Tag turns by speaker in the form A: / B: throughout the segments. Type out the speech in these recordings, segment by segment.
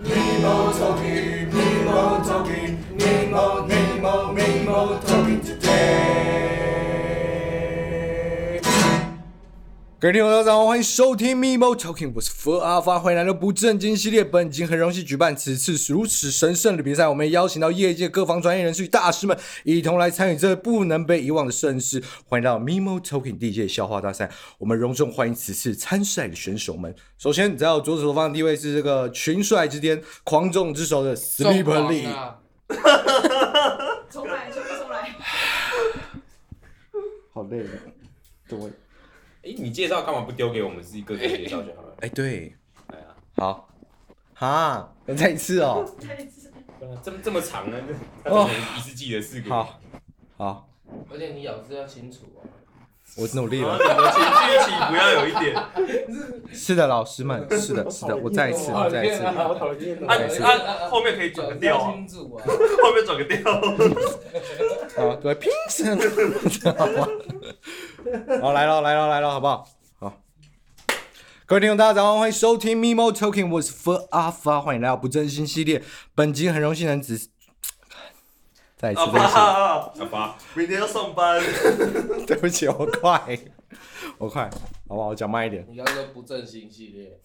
A: 你冇做嘢，你冇做嘢，你冇你冇你冇做嘢 today。
B: 各位听众，大家好，欢迎收听 Mimo Talking，我是福阿发，欢迎来到不正经系列。本集很荣幸举办此次如此神圣的比赛，我们也邀请到业界各方专业人士与大师们，一同来参与这不能被遗忘的盛事。欢迎到 Mimo Talking 第一届笑话大赛，我们隆重欢迎此次参赛的选手们。首先，在我左手方的第一位是这个群帅之巅、狂众之首的 Sleeper
C: 啊
B: Lee，
D: 啊
E: 重来，全部重来。
B: 好累啊，对，
F: 哎、你介绍干嘛不丢给我们自己个个介绍就好了？
B: 哎对，
F: 哎呀，
B: 好，哈，再一次哦。
E: 再一次
F: 对啊这么这么长呢？他
B: 哦
F: 怎么一次记得四个？
B: 好，好，
C: 而且你咬字要清楚哦。
B: 我努力
F: 然后
B: 了。
F: 你的情绪起伏要有一点。
B: 是的，老师们，是的，是的，我再一次，我再一次。
C: 我讨厌
F: 啊
B: 没事
F: 啊，后面可以转
C: 咬
F: 个
C: 字
F: 调
C: 要
F: 啊，
C: 清楚啊。
F: 后面转 个调。
B: 啊，对，评审， 好，来了，来了，来了，好不好？好，各位听众，大家早上好，欢迎收听 Mimo Talking，我是 For Alpha，欢迎来到不正心系列。本集很荣幸能只再一次，
F: 阿
B: 再一次，
F: 爸，阿爸，明天要 上班。
B: 对不起，我快，我快，好不好？我讲慢一点。
C: 你刚刚说不正经系列，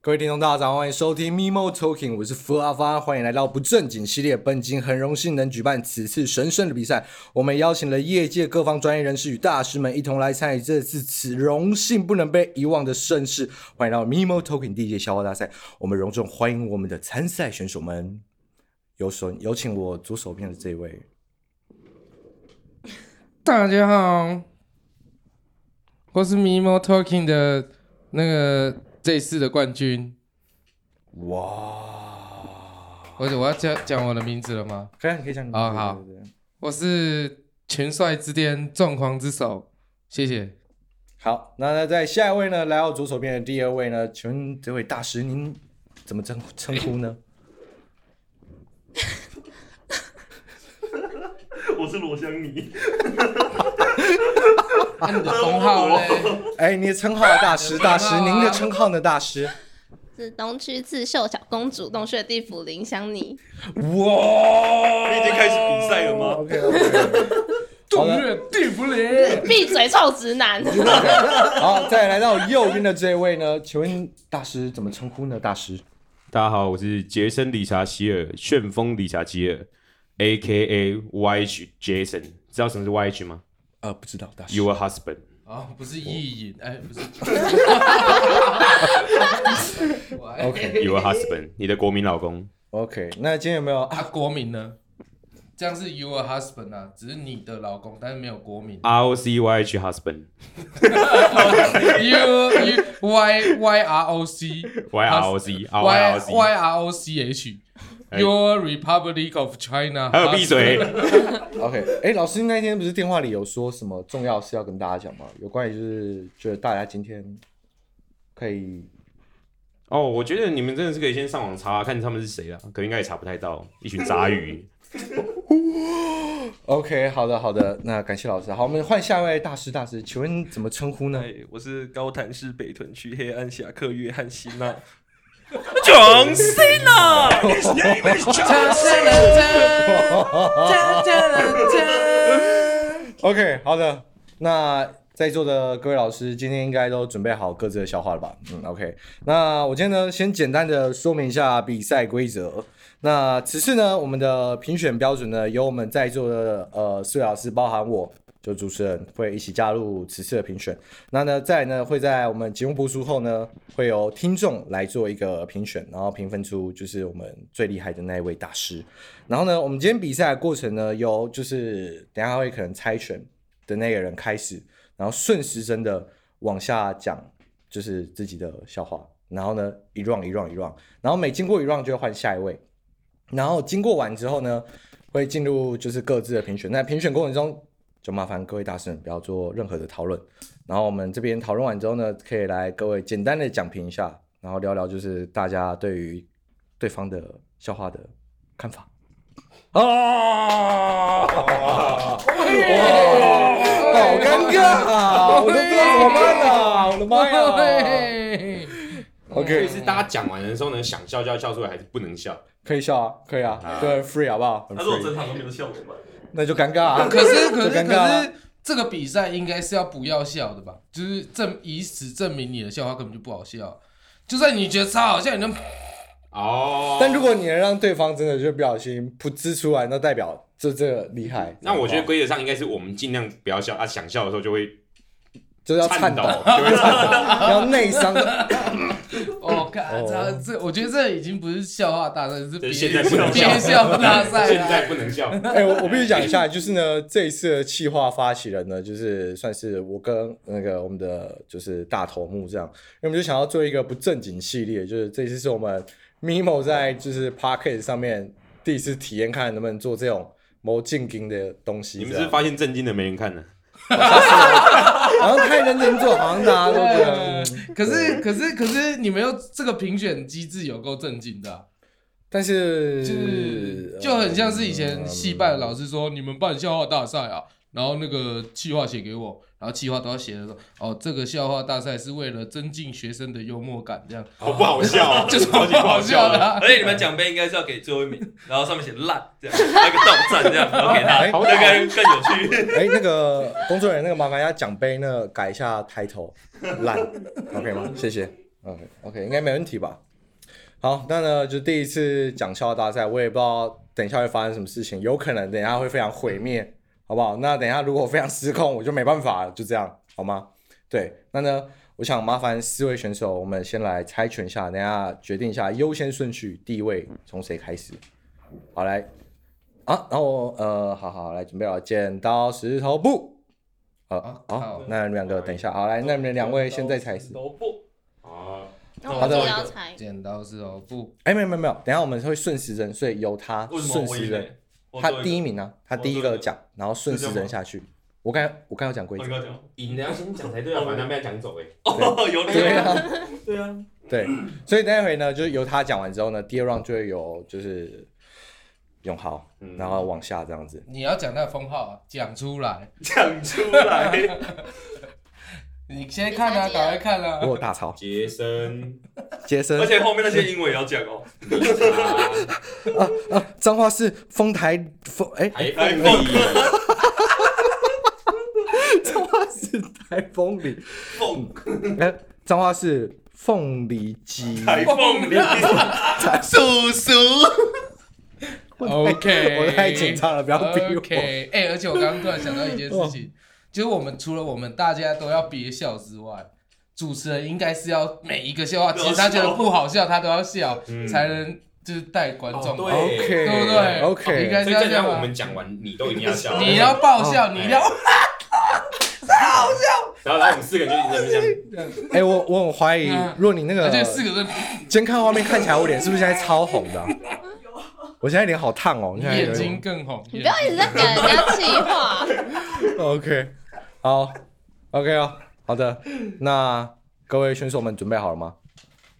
B: 各位听众，大家好，欢迎收听 Mimo Talking，我是福阿发，欢迎来到不正经系列。本集很荣幸能举办此次神圣的比赛，我们邀请了业界各方专业人士与大师们一同来参与这次此荣幸不能被遗忘的盛事。欢迎到 Mimo Talking 第一届笑话大赛，我们隆重欢迎我们的参赛选手们。有手有请我左手边的这位，
D: 大家好，我是 Mimo Talking 的那个这一次的冠军。
B: 哇，
D: 我我要讲讲我的名字了吗？
B: 可以可以这样
D: 哦好
B: 对对对
D: 我是群帅之巅，壮狂之首。谢谢。
B: 好，那那在下一位呢，来到左手边的第二位呢，请问这位大师您怎么称称呼呢？
F: 我是罗香妮，
D: 那、你的封号嘞？
B: 哎，你的称号大师，大师，您的称号呢，大师？
G: 是东区刺绣小公主洞穴地府林香妮，
B: 哇，
F: 你已经开始比赛了吗？
B: ？OK OK。
D: 洞月地不灵。
G: 闭嘴臭直男！
B: 好，再来到右边的这位呢，请问大师怎么称呼呢？大师，
F: 大家好，我是杰森·理查希尔，旋风理查希尔，A K A Y H Jason。知道什么是 Y H 吗
B: 呃，不知道大师。
F: ？Your husband。
D: 哦，不是意淫，哎，不是。
B: OK
F: Your husband，你的国民老公。
B: OK，那今天有没有啊？
D: 啊，国民呢？这样是 your husband 啊，只是你的老公，但是没有国民。
F: R O C Y H husband。
D: U U Y Y R O C
F: Y R O C
D: Y
F: R Y R O C，
D: Y R O C H
F: 哎
D: Your Republic of China。
F: 还有闭嘴！
B: OK，哎，老师那天不是电话里有说什么重要事要跟大家讲吗？有关于就是觉得大家今天可以
F: 哦，我觉得你们真的是可以先上网查看他们是谁啦，可能应该也查不太到，一群杂鱼。
B: OK，好的好的，那感谢老师。好，我们换下一位大师，大师，请问怎么称呼呢？
H: 哎，我是高潭市北屯区黑暗侠客约翰希纳，John Cena。
B: OK，好的。那在座的各位老师，今天应该都准备好各自的笑话了吧？嗯，OK。那我今天呢，先简单的说明一下比赛规则。那此次呢，我们的评选标准呢，由我们在座的呃四位老师，包含我，就主持人会一起加入此次的评选。那呢，再来呢会在我们节目播出后呢，会由听众来做一个评选，然后评分出就是我们最厉害的那一位大师。然后呢，我们今天比赛的过程呢，由就是等一下会可能猜拳的那个人开始，然后顺时针的往下讲，就是自己的笑话。然后呢，一 round 一 round 一 round，然后每经过一 round 就会换下一位。然后经过完之后呢，会进入就是各自的评选。那评选过程中，就麻烦各位大师们不要做任何的讨论。然后我们这边讨论完之后呢，可以来各位简单的讲评一下，然后聊聊就是大家对于对方的笑话的看法。啊！好
F: 哎
B: 尴尬啊！我都不知道怎么办啊！我的妈呀！
F: 所
B: OK，
F: 以是大家讲完的时候呢，想笑就要笑出来，还是不能笑？
B: 可以笑啊，可以啊，对，free 好不好？很
H: 那如果
B: free，
H: 整场都没有笑我们，
B: 那就尴尬 啊。
D: 可是可
B: 就尴
D: 是
B: 尬啊了
D: 可是这个比赛应该是要不要笑的吧？就是证以此证明你的笑话根本就不好笑，就算你觉得超好笑，你能
F: 哦，
B: 但如果你能让对方真的就不小心噗嗤出来，那代表这这个厉害。哦
F: 那我觉得规则上应该是我们尽量不要笑，啊，想笑的时候就会
B: 就是要颤
F: 颤抖，
B: 抖，
F: 就会颤抖。
B: 要内伤。
D: 哦，看这这，我觉得这已经不是笑话大赛，是
F: 这
D: 憋
F: 现在不能笑
D: 憋笑大赛
F: 现
D: 啦。
F: 在不能笑，
B: 哎、我我必须讲一下，就是呢，这一次的企划发起人呢，就是算是我跟那个我们的就是大头目这样，因为我们就想要做一个不正经系列，就是这一次是我们 Mimo 在就是 p a c k e t 上面第一次体验，看能不能做这种谋进经的东西
F: 你
B: 这
F: 们
B: 样。
F: 是不是发现震惊的没人看呢？
B: 好像太认真做，好像大家都觉得。嗯
D: 可是可是可是，你们又这个评选机制有够正经的啊、
B: 但是
D: 就是就很像是以前戏班的老
B: 师。
D: 师说，你们办笑话大赛啊，然后那个企划写给我，然后企划都要写的说，哦，这个笑话大赛是为了增进学生的幽默感，这样
F: 好不好笑啊？
D: 就是
F: 超
D: 好
F: 级不好
D: 好笑的
F: 的。
D: 啊、
H: 而哎且你们奖杯应该是要给最后一名，然后上面写烂这样，那个倒赞这样，然后给他，
B: 哎
H: 那个更有趣。
B: 哎、那个工作人员，那个麻烦要奖杯那个改一下抬头，烂，OK 吗？谢谢，OK OK，应该没问题吧？好，那呢就第一次讲笑话大赛，我也不知道等一下会发生什么事情，有可能等一下会非常毁灭，好不好？那等一下如果非常失控，我就没办法了，就这样，好吗？对，那呢，我想麻烦四位选手，我们先来猜拳一下，等一下决定一下优先顺序，第一位从谁开始？好，来，啊，然后呃，好好来准备好，剪刀石头布。呃
D: 啊，
B: 好
D: 靠，
B: 那你们两个等一下，好来，哎那你们两位现在猜是，
H: 头破，
F: 哦
G: 那我
B: 好的
G: 自己要猜，
D: 剪刀石头布，
B: 哎，没有没有没有，等一下我们会顺时针，所以由他
H: 为什么
B: 顺
H: 我
B: 时
H: 赢
B: 针，
H: 嘞？我
B: 他
H: 做
B: 第一
H: 个，
B: 名呢，他
H: 我
B: 第一
H: 做一
B: 个
H: 个哦
B: 讲，然后顺
H: 是这
B: 时
H: 样
B: 针
H: 吗
B: 下去。我刚才我刚才有讲规
H: 我
B: 则
H: 跟，他讲，
F: 赢的要先讲才对啊，反正不要讲走哎。
H: 哦， 有理
B: 对
H: 有理，
B: 啊，
H: 对啊，
B: 对，所以待会呢，就是由他讲完之后呢，第二 round 就会有就是永豪，
F: 嗯
B: 然后往下这 样子。
D: 你要讲他的封号啊，讲出来，
H: 讲出 来，
D: 你先看啊，
B: 哎
G: 你猜几
D: 赶快看
B: 我
D: 啊，
B: 有大潮，
F: 杰森，
B: 杰森
H: 而，且后面那些英文也要讲哦，
F: 米莎
B: 彰化市丰台丰，哎、
F: 台风力，
B: 彰化市台风 里，
H: 凤
B: 哎、彰化市凤梨鸡，
H: 台凤梨，
D: 叔叔。OK，
B: 我太紧张了，不要逼我。
D: OK，哎、而且我刚刚突然想到一件事情，就是我们除了我们大家都要憋笑之外，主持人应该是要每一个笑话，
H: 都
D: 其
H: 要
D: 实他觉得
H: 笑
D: 不好笑，他都要笑，
F: 嗯
D: 才能就是带观众嘛、
F: 哦
B: 对
D: 对不对哦
B: OK，
D: 应该是
F: 所以
D: 要
F: 正
D: 这样
F: 常
D: 吧
F: 我们讲完，你都一定要笑。
D: 你要爆笑，你一定
B: 哦
D: 要
F: 然后然后我们四个人就一直在那边
B: 哎、我我很怀疑
D: 嗯，
B: 如果你那个
D: 而且四个人，
B: 监看画面看起来，我脸是不是现在超红 的啊、我现在脸好烫哦，我
D: 你
B: 现在有
D: 眼
B: 点
D: 睛更红。
G: 你不要一直在给人家气话。
B: OK，好，OK 哦，好的，那各位选手们准备好了吗？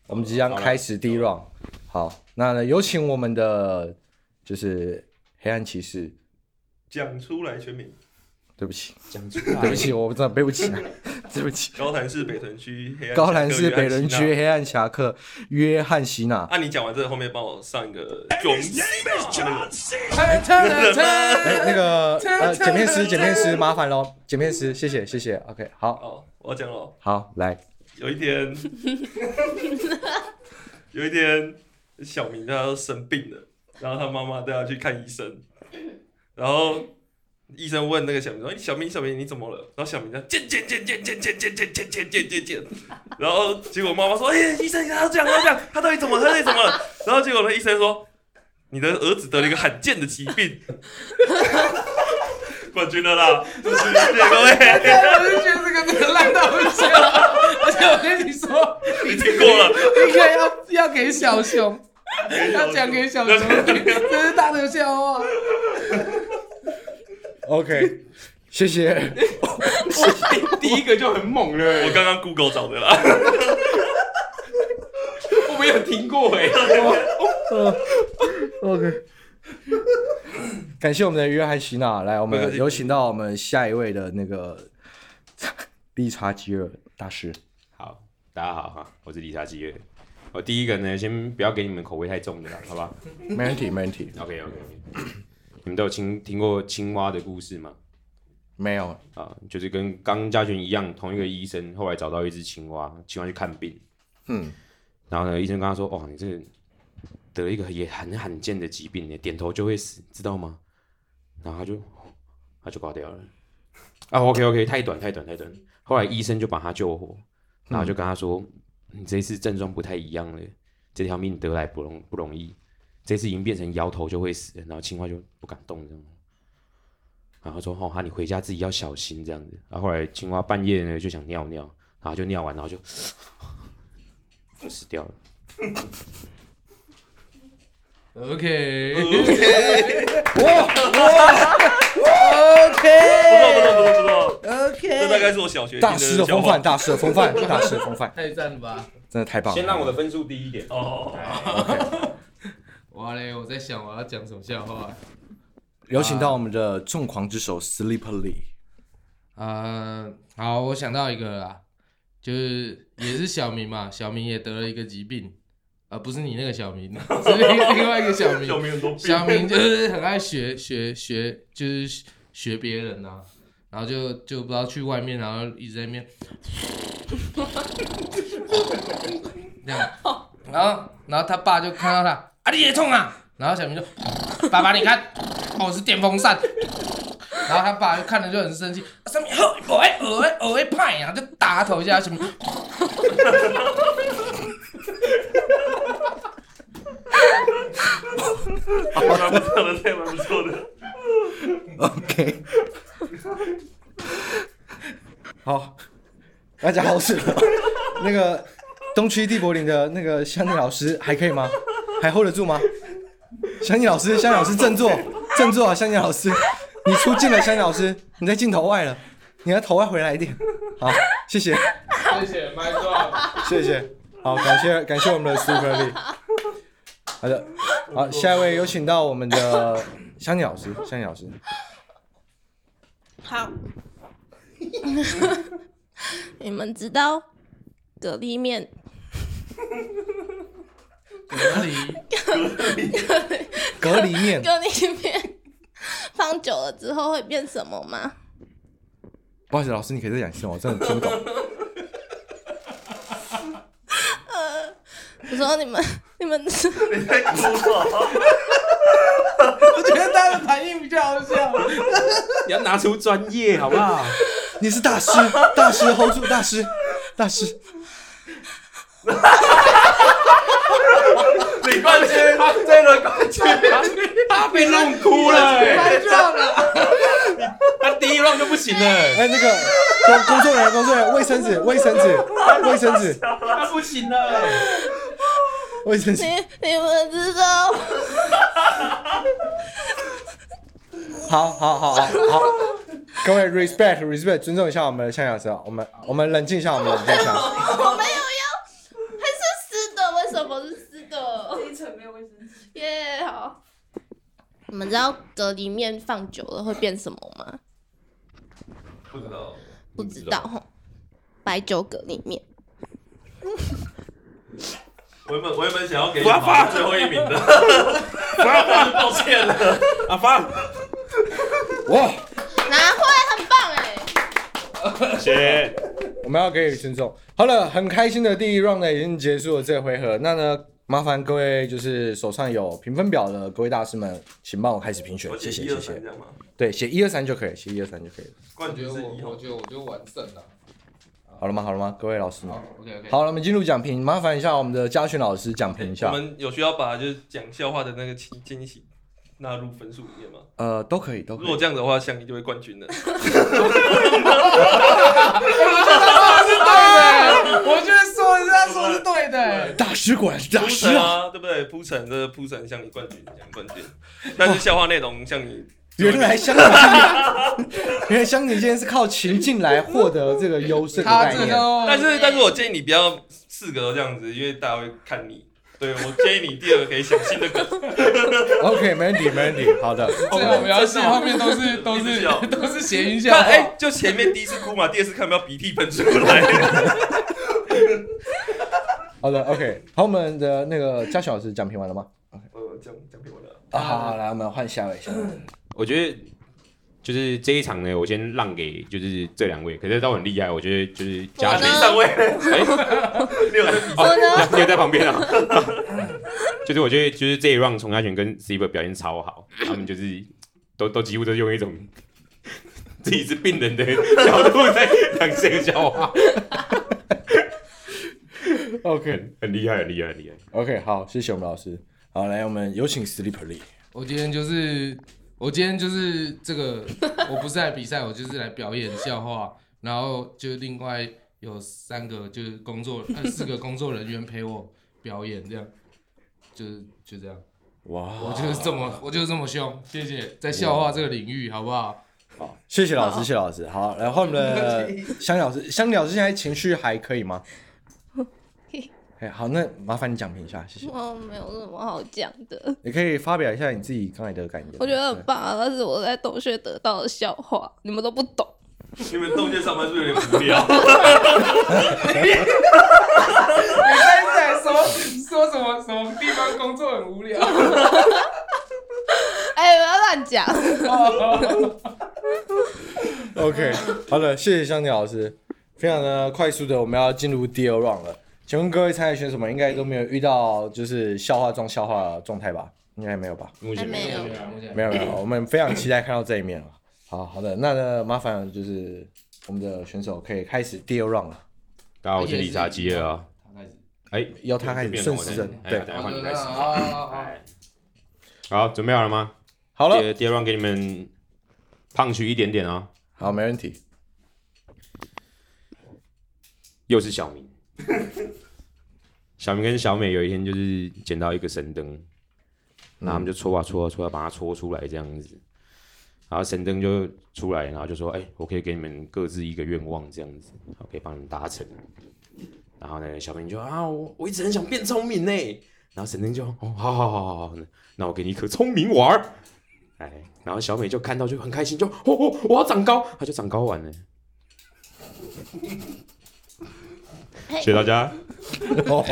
B: 我们即将开始第一 round。好，那呢有请我们的就是黑暗骑士，
H: 讲出来全名。
B: 对不起，
F: 讲出 来
B: 对不起，我真的 对不起啊，对不起。
H: 高潭市北屯区黑暗
B: 高兰市
H: 是
B: 北仑区黑暗侠客约翰希纳，
H: 啊，你讲完这个后面帮我上一个囧死那个
D: 噔噔噔
B: 哎、
D: 噔
B: 那 个呃剪片师，剪片师麻烦喽，剪片师，谢谢谢谢，OK，好
H: 哦，我要讲了。
B: 好来，
H: 有一天，有一天，小明他生病了，然后他妈妈带他去看医生，然后医生问那个小明说：“哎，小明，小明，你怎么了？”然后小明他贱贱贱贱贱贱贱贱贱贱贱贱贱，然后结果妈妈说：“哎，医生，他要这样，他要这样，他到底怎么了？他到底怎么了？”然后结果呢，医生说：“你的儿子得了一个罕见的疾病。” 冠军了啦！这是各 位，
D: 哎我就觉得这个真的烂到不行了，而且我跟你说，
H: 你听过了。
D: 应该要要给小熊，要讲给小熊听，这是他的笑话。
B: ，OK，谢谢。
F: 第一个就很猛了，
H: 我刚刚 Google 找的啦，
F: 我没有听过 哎。
B: OK，感谢我们的约翰希纳，来，我
H: 不客
B: 们
H: 气
B: 有请到我 们下一位的那个利查吉尔大师。
F: 好，大家好哈，我是理查基月。我第一个呢，先不要给你们口味太重的啦，好 吧
B: 没问题，没问题，
F: ？OK OK OK。你们都有听听过青蛙的故事吗？
B: 没有，
F: 啊，就是跟刚嘉璇一样，同一个医生，后来找到一只青蛙，青蛙去看病，
B: 嗯，
F: 然后呢，医生跟他说：“哦，你这个得了一个也很罕见的疾病，你点头就会死，知道吗？”然后他就他就挂掉了。啊，OK OK，太短太短太短。后来医生就把他救活，然后就跟他说：“你这次症状不太一样了，这条命得来不容不容易，这次已经变成摇头就会死了。”然后青蛙就不敢动这样。然后说：“哦，哈，你回家自己要小心这样子。”然后后来青蛙半夜呢就想尿尿，然后就尿完，然后就 就死掉了。
D: OK，
H: 不错不错不错不错，这大
B: OK，
H: 概是我小学
B: 大师的
H: 笑
B: 风范，
H: 话。
B: 大师的风范，大师的风范，
C: 太赞了吧！
B: 真的太棒了。
F: 先让我的分数低一点。
H: 哦，
D: 哇嘞，我在想我要讲什么笑话
B: 有请到我们的重狂之手 Sleeper Lee。
D: 啊、好，我想到一个了啦，就是也是小明嘛，小明也得了一个疾病，啊，不是你那个小 明，是另另外一个小明
H: 小，明很多
D: 小
H: 病，
D: 明就是很爱学学学，就是学别人呐、然后就就不知道去外面，然后一直在那边这样，然后然后他爸就看到他，啊你也痛啊，然后小明就，爸爸你看，哦我是电风扇，然后他爸就看着就很生气，啊上面呵，我会我会我会派呀，就打他头一下，小明，
H: 蛮不错的，这蛮不错的。
B: OK，好，大家好，是了那个东区地柏林的那个香妮老师还可以吗？还 hold 得住吗？香妮老师，香妮老师振作，振作啊，香妮老师，你出镜了，香妮老师，你在镜头外了，你要头外回来一点。好，谢谢，
C: 谢谢麦壮，
B: 谢谢，好，感谢感谢我们的 Super Lee。好的，好，下一位有请到我们的香妮老师，香妮老师，
G: 好， 你们知道蛤蜊面
D: 哪里？
B: 隔离面。
G: 蛤蜊面放久了之后会变什么吗？
B: 不好意思，老师，你可以再讲一次吗，我真的听不懂。
G: 我说你们你们知
H: 你在哭啊？
D: 我觉得他的反应比较好笑。
F: 你要拿出专业，好不好？
B: 你是大师，大师 hold 住，大师，大师，
H: 你冠军，这轮冠军，
F: 他被弄哭了、
D: 麦壮啊了，
F: 他第一 round 就不行了，
B: 哎，那个工工作人员，工作人员，卫生纸，卫生纸，卫生纸，
F: 他不行了。
B: 卫生纸
G: 你。你们知道
B: 好好好好好，各位 respect respect，尊重一下我们的向老师，啊我们我们冷静一下，我们冷静一下。
G: 我没有要，还是湿的？为什么是湿的？
E: 一层没有卫生纸。
G: 耶、好。你们知道蛤蜊面放久了会变什么吗？
H: 不知道，
G: 不知道吼，白酒蛤蜊面。
H: 我原本我原本想要给你发最后一 名的，啊抱歉 了。
F: 阿发，
B: 哇，
G: 哪会很棒哎、
F: 谢。
B: 我们要给予尊重。好了，很开心的第一 round 呢已经结束了这回合，那呢？麻烦各位就是手上有评分表的各位大师们，请帮我开始评选
H: 我，
B: 谢
H: 写
B: 谢
H: 一二
B: 谢
H: 三
B: 谢
H: 这。样吗？
B: 对，写一二三就可以，写一二三就可以了。
H: 冠
D: 我觉
H: 军
D: 得
H: 是
D: 我
H: 一，
D: 我
H: 号，
D: 觉得我就完胜了。
B: 好了吗？好了吗？各位老师们
D: 好，，OK OK。
B: 嗯好了，我们进入讲评，麻烦一下我们的嘉轩老师讲评一
H: 我
B: 下。
H: 们有需要把就是讲笑话的那个惊惊喜纳入分数里面吗？
B: 呃，都可以，都可
H: 如果
B: 以。
H: 这样的话，香姨就会冠军了。
D: 对的，我就是说人家说是对的。
B: 大师果然是大
H: 铺
B: 师
H: 陈
B: 啊！
H: 啊，对不对？铺陈，这个铺陈像你冠军，像冠军。 但是笑话内容像你，
B: 原来香姐，原来香姐今天是靠情境来获得这个优胜的
D: 他
B: 概
D: 这
B: 念。
D: 都，
H: 但是但是我建议你不要四格这样子，因为大家会看你。对我建议你第二个可以想新的梗，
B: OK，没问题，没问题。好的，
D: 这个我们要是
H: 真的哦
D: 后面都是都
H: 一直
D: 是
H: 笑
D: 都 是谐音笑
H: 看
D: 话。
H: 哎、就前面第一次哭嘛，第二次看要不要鼻涕喷出来。
B: 好的，OK，好，我们的那个嘉许老师讲评完了吗？
H: 我讲讲评完了，
B: 啊，好，好来，我们换下一位，下一位
F: 我觉得就是这一场呢，我先让给就是这两位，可是都很厉害，我觉得就是嘉
G: 我
F: 许
G: 呢，
H: 上位
F: 哎，
H: 六人
G: 我呢，
F: 你也在旁边啊。就是我觉得就是这一 round 从阿全跟 s i b e r 表现超好，他们就是都都几乎都是用一种 自己是病人的角度在讲这个笑话，
B: ，OK，OK，
F: 很很厉害，很厉害，很厉害。
B: 好，谢谢我们老师。好，来，我们有请 Sleeper Lee。
D: 我今天就是，我今天就是这个，我不是来比赛，我就是来表演笑话。然后就另外有三个就是工作，呃，四个工作人员陪我表演，这样，就是就这样。
B: 哇，
D: 我就是这么，我就是这么凶。谢谢，在笑话这个领域，好不好？
B: 好，谢谢老师，谢谢老师。好，来换我们的香老师，香老师现在情绪还可以 吗？哎，好，那麻烦你讲评一下，谢谢。
G: 我哦没有什么好讲的。
B: 你可以发表一下你自己刚才的感言。
G: 我觉得很棒啊，那是我在洞穴得到的笑话，你们都不懂。
H: 你们洞穴上班是不是有点无聊？
D: 你在在说说什么什么地方工作很无聊？
G: 哎、不要乱讲。
B: OK，好的，谢谢香鸟老师，非常的快速的，我们要进入第二 round 了。请问各位参赛选手们应该都没有遇到就是笑话撞笑话的状态吧？应该没有吧？
F: 目前
G: 还没有
B: 没有没有，我们非常期待看到这一面了。好好的，那呢麻烦就是我们的选手可以开始第二 round 了，
F: 大家好，我是理查基尔啊。哎，
B: 由他开始顺时针。
F: 哎
B: 对，
F: 等一下换你开始。
D: 好好好
F: 好，准备好了吗？
B: 好了，
F: 第第二 round 给你们胖去一点点啊。
B: 好，没问题。
F: 又是小明。小明跟小美有一天就是捡到一个神灯，然后他们就搓啊搓啊搓啊，把它搓出来这样子。然后神灯就出来，然后就说：“哎、我可以给你们各自一个愿望，这样子，我可以帮你们达成。”然后呢，小明就啊，我我一直很想变聪明呢。然后神灯就哦，好好好好好，那我给你一颗聪明丸儿。哎，然后小美就看到就很开心，就哦哦，我要长高，她就长高丸了。谢谢大家。
B: 哦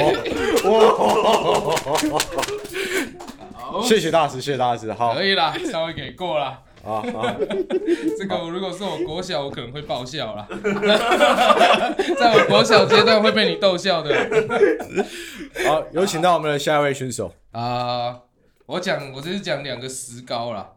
B: 哦，谢谢大师，谢谢大师。好
D: 可，以啦，稍微给过啦。
B: 好，好，
D: 这个如果是我国小，我可能会爆笑啦，在我国小阶段会被你逗笑的
B: 好，有请到我们的下一位选手。
D: 啊、我讲，我这是讲两个石膏啦，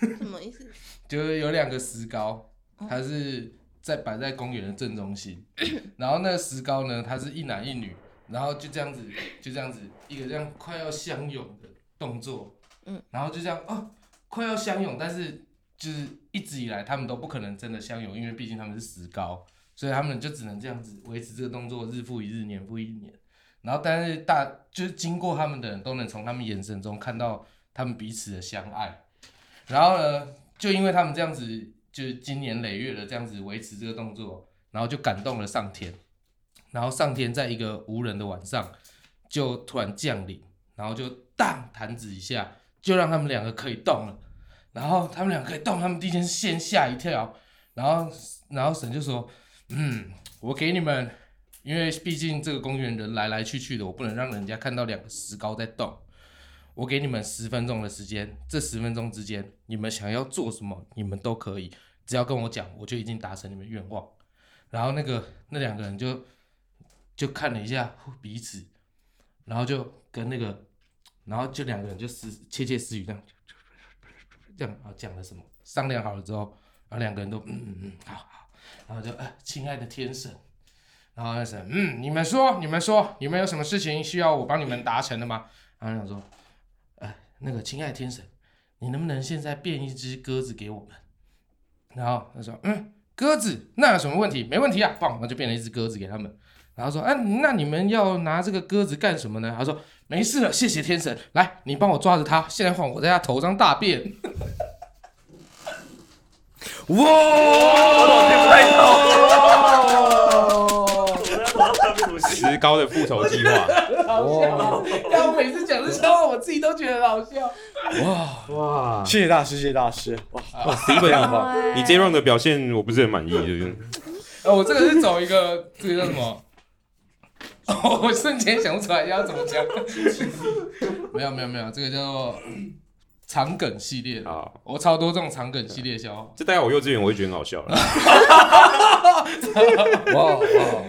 G: 什么意思？
D: 就是有两个石膏，它是在摆在公园的正中心， 然后那个石膏呢，它是一男一女，然后就这样子，就这样子，一个这样快要相拥的动作，
G: 嗯，
D: 然后就这样哦，快要相拥，但是就是一直以来他们都不可能真的相拥，因为毕竟他们是石膏，所以他们就只能这样子维持这个动作，日复一日，年复一年。然后，但是大就是经过他们的人都能从他们眼神中看到他们彼此的相爱。然后呢，就因为他们这样子，就是经年累月的这样子维持这个动作，然后就感动了上天。然后上天在一个无人的晚上，就突然降临，然后就当弹指一下，就让他们两个可以动了。然后他们两个可以动，他们第一天先吓一跳，然后然后神就说：“嗯，我给你们，因为毕竟这个公园人来来去去的，我不能让人家看到两个石膏在动。我给你们十分钟的时间，这十分钟之间，你们想要做什么，你们都可以，只要跟我讲，我就已经达成你们愿望。然后那个那两个人就就看了一下彼此，然后就跟那个，然后就两个人就私窃窃私语这样，这样啊讲了什么，商量好了之后，然后两个人都嗯嗯嗯好好，然后就呃亲爱的天神，然后那神嗯你们说你们说你们有什么事情需要我帮你们达成的吗？然后想说，呃那个亲爱的天神，你能不能现在变一只鸽子给我们？然后他说嗯鸽子那有什么问题？没问题啊，棒，那就变了一只鸽子给他们。然后说，啊，那你们要拿这个鸽子干什么呢？他说，没事了，谢谢天神，来，你帮我抓着它，现在换我在它头上大便。
F: 石膏的复仇计划。
B: 哇
D: 但我哦每次讲这笑话，我自己都觉得很好笑。
B: 哇，
F: 哇
B: 谢谢大师，谢谢大师。哇，
F: 第哦一本很棒。
G: 哇
D: 哦
F: 你这 round 的表现我不是很满意，就是
D: 呃，我这个是走一个这个叫什么哦我瞬间想不出来要怎么讲。没有没有没有，这个叫做长梗系列的，
F: 啊，
D: 我超多这种长梗系列笑话。
F: 这大概我幼稚园我就觉得很好笑了。
B: 哇哇，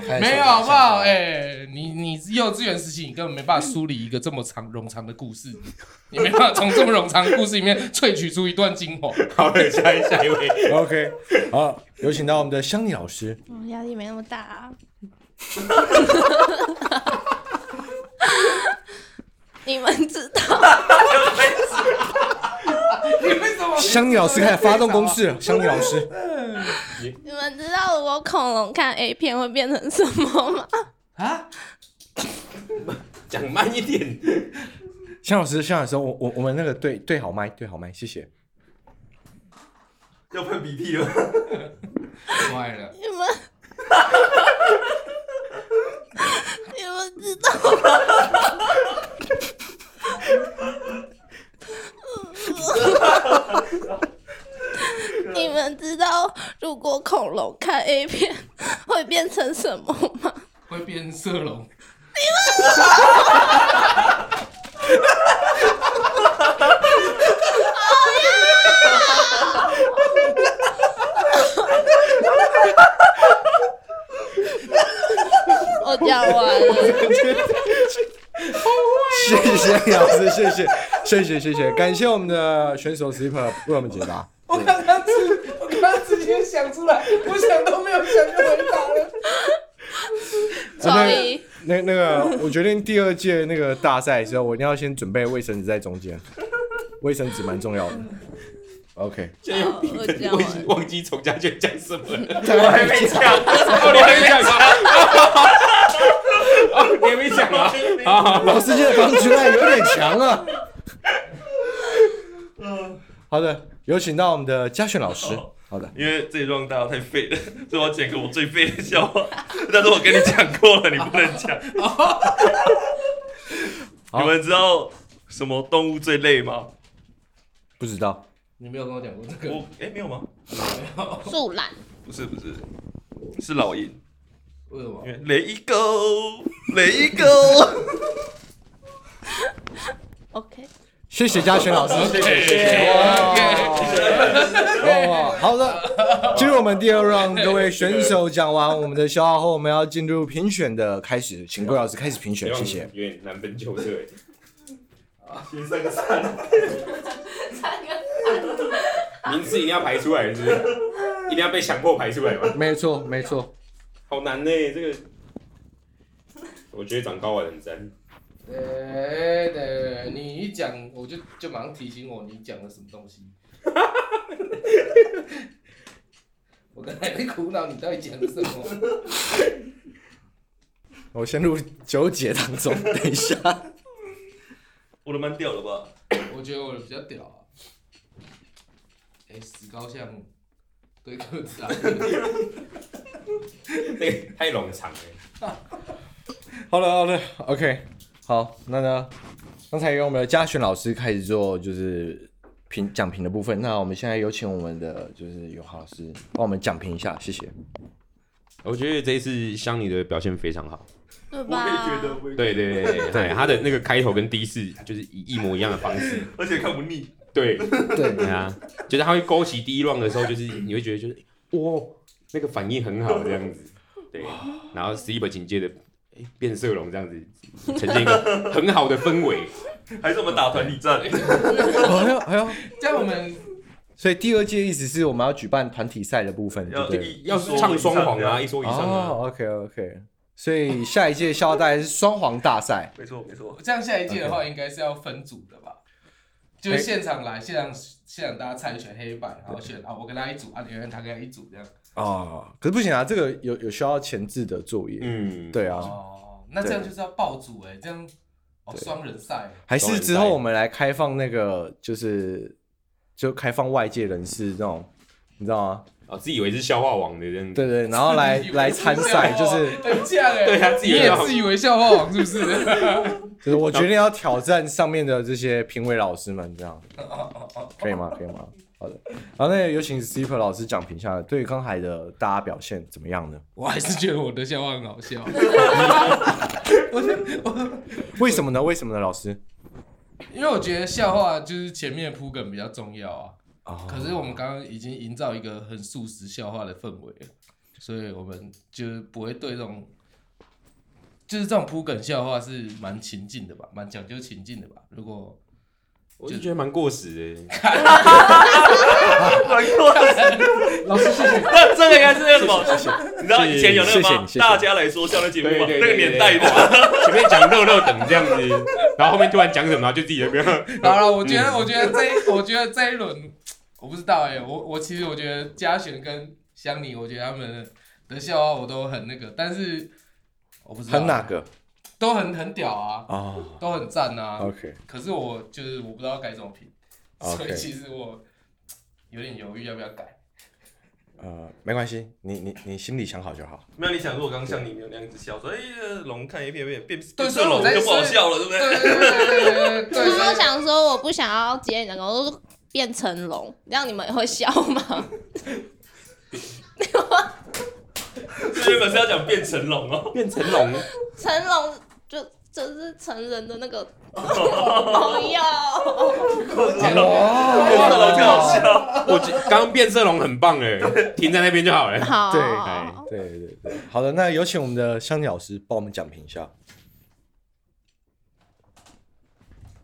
B: 太
D: 没有
B: 爽了
D: 好不好？哎、你你幼稚园时期，你根本没办法梳理一个这么长冗长的故事，你没办法从这么冗长的故事里面萃取出一段精华。
F: 好了，下一下一位，
B: OK，好，有请到我们的香妮老师。
G: 哦压力没那么大、 啊。你们知道
D: 你为什么
B: 香妮老师开始发动攻势了。香妮老师，
G: 你们知道如果恐龙看 A 片会变成什么吗？
D: 啊？
F: 讲慢 一点。
B: 香老师，香老师，我我我们那个对对好麦，对好麦，谢谢。
H: 要喷鼻涕了吗。
D: 坏了，
G: 你们，你们知道吗？你们知道如果恐龙看 A 片会变成什么吗？
D: 会变色龙。
G: 我讲完了，
B: 谢
D: 哦
B: 谢香妮老师，谢谢谢谢谢谢，感谢我们的选手 Slipper 为我们解答。
D: 我刚刚直，我刚刚直接想出来，我想都没有想就回答了。
B: 呃哦
G: 所以
B: 那那个，我决定第二届那个大赛的时候，我一定要先准备卫生纸在中间，卫生纸蛮重要的。OK，
G: 好我讲完
F: 我已
G: 了
F: 经。忘记从家卷讲什么了。
H: 我还没讲，哦，你还没讲啊？
F: 哦，你还没讲啊？啊，
B: 老师今天的防区赖有点强啊。
H: 嗯
B: 好的，有请到我们的嘉轩老师。
H: 哦
B: 好的，
H: 因为这一段大家太废了， 所以我要讲个我最废的笑话。 但是我跟你讲过了，你不能 讲。你们知道什么动物最累吗？
B: 不知道
D: 你没有跟我讲过这
F: 嗯
D: 个，
H: 我哎、没有吗？
G: 树懒，
H: 不是不是，是老鹰。
D: 为什么
H: 因？为 Let it go，Let it go。
G: OK，
B: 谢谢嘉轩老师，
H: 哦
B: 谢谢谢谢。哇，哦好的，进入我们第二 round，各位选手讲完我们的笑话后，我们要进入评选的开始，请各位老师开始评选，谢谢。
F: 有点难分啊秋色。
H: 先上个山，
F: 名字一定要排出来，是不是？一定要被强迫排出来吗？
B: 没错，没错。
F: 好难呢、这个。我觉得长高很赞。
D: 对对，你一讲我就就马上提醒我你讲了什么东西。我刚才在苦恼你到底讲了什么。
B: 我陷入纠结当中，等一下。
H: 我的蛮屌了吧？
D: 我觉得我的比较屌啊。哎、石膏像对个子啊，
F: 这个太冗长了。
B: 好了，好了，OK，好，那呢，刚才由我们的嘉璇老师开始做就是评讲评的部分，那我们现在有请我们的就是友好老师帮我们讲评一下， 谢谢。
F: 我觉得这一次香妮的表现非常好。
G: 对
H: 我也
G: 吧
H: 觉？得我也，
F: 对对对对，对，他的那个开头跟第一次就是一一模一样的方式。
H: 而且看不腻。
F: 对
B: 对，
F: 对啊，就是他会勾起第一浪的时候，就是你会觉得就是哇，那个反应很好这样子。对，然后 Sleep 紧接着。诶变色龙这样子，呈现一个很好的氛 围。
H: 还是我们打团体战？
B: 哎呦哎呦，
D: 这样我们
B: 所以第二届意思是我们要举办团体赛的部分，对
H: 要
B: 不对？
H: 一
F: 要是唱双簧啊，，
H: 一说以上这样
F: 一说一上啊，
B: 哦，OK OK，所以下一届校大概是双簧大赛，
H: 没错没错。
D: 这样下一届的话，应该是要分组的吧？就是现场来，现场现场大家猜选黑白，然后选啊，我跟他一组，啊，你跟他跟他一组这样。
B: 哦，可是不行啊，这个有有需要前置的作业，
F: 嗯，
B: 对啊，
D: 哦，那这样就是要爆组哎、这样哦
B: 对
D: 双人赛
B: 还是之后我们来开放那个，就是就开放外界人士这种，你知道吗？
F: 哦，自以为是消化王的这样子。
B: 对对，然后来来参赛，
D: 哦
B: 就是
D: 很像哎、
F: 对啊，自
D: 你
F: 以
D: 也
F: 为好
D: 自以为笑话王是不是？
B: 就是我决定要挑战上面的这些评委老师们，这样可以吗？可以吗？好，那有请 Super 老师讲评一下对刚才的大家表现怎么样呢？
D: 我还是觉得我的笑话很好 笑，
B: 为什么呢？为什么呢？老师？
D: 因为我觉得笑话就是前面铺梗比较重要啊。
B: 哦
D: 可是我们刚刚已经营造一个很素食笑话的氛围了，所以我们就是不会对这种，就是这种铺梗笑话是蛮情境的吧，蛮讲究情境的吧。如果
F: 我就觉得蛮过时的。
H: 难过。
D: 老师谢谢，
H: 那这个应该是那个什么？你知道以前有那个
B: 谢谢
H: 吗
B: 你谢？谢
H: 大家来说笑的节目嘛，
F: 对对
H: 那
F: 对
H: 个年代的。
F: 前面讲肉肉等这样子，然后后面突然讲什么，然后就自己在那边。
D: 好了，我觉
B: 嗯
D: 得，我觉得这一，我 觉得这一轮，我不知道哎、我我其实我觉得嘉璇跟香妮，我觉得他们的笑话我都很那个，但是我不知道
B: 很哪个？
D: 都很很屌啊，
B: 哦
D: 都很赞啊。
B: ，OK，
D: 可是我就是我不知道该怎么评
B: OK
D: 所以其实我有点犹豫要不要改。
B: 呃，没关系，你你你心里想好就好。
H: 没有你想，如果刚刚像你没有那样子笑，说哎，呃龙看 A 片变变
D: 对
H: 变
D: 所以
H: 色
D: 我
H: 龙
D: 在
H: 就不好笑了，对不
D: 对
H: 对？
D: 对对对对对
G: 我
D: 对，所
G: 都
D: 以
G: 想说，我不想要接你的梗，我都变成龙，这样你们也会笑吗？
H: 这原本是要讲变成龙 哦，
F: 变成龙，
G: 成龙就就是成人的 那个朋友，
H: 变成龙就好笑。
F: 我觉刚刚变色龙很棒哎，停在那边就好了。
G: 好，
B: 对
D: 哦
B: 对对对，好的，那有请我们的香妮老师帮我们讲评一下。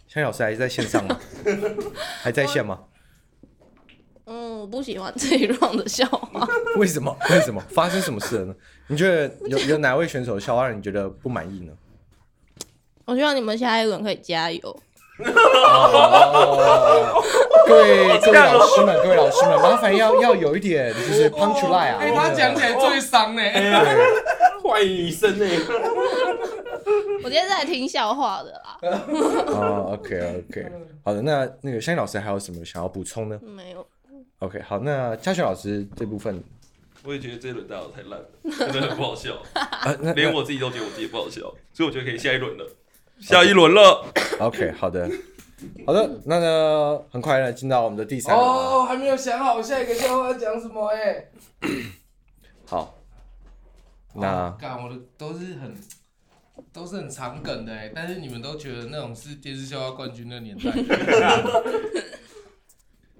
B: 香妮老师还在线 上吗？还在线吗？
G: 嗯，我不喜欢这一 round 的笑话，
B: 为什么？为什么？发生什么事了呢？你觉得有有哪位选手的笑话让你觉得不满意 呢？
G: 我希望你们下一轮可以加油。
B: 哦各 位各位老师们，各位老师们，麻烦要要有一点就是 punch line 啊！
D: 哎、他讲起来最伤呢、欸
F: 坏女生哎，
G: 我今天是来听笑话的啦，
B: 哦，OK OK，好的，那那个香妮老师还有什么想要补充呢
G: 没有，
B: ？OK，好，那嘉轩老师这部分，
H: 我也觉得这一轮大家都太烂了，真的很不好笑，
B: 呃， 那
H: 连我自己都觉得我自己不好笑，所以我觉得可以下一轮了，下一轮了。
B: OK，好的，好的，那呢，很快呢，进到我们的第三轮了。
D: 哦，还没有想好下一个笑话要讲什么哎、
B: 好，
D: 哦
B: 那
D: 干、我的都是很都是很长梗的哎、但是你们都觉得那种是电视笑话冠军的年代。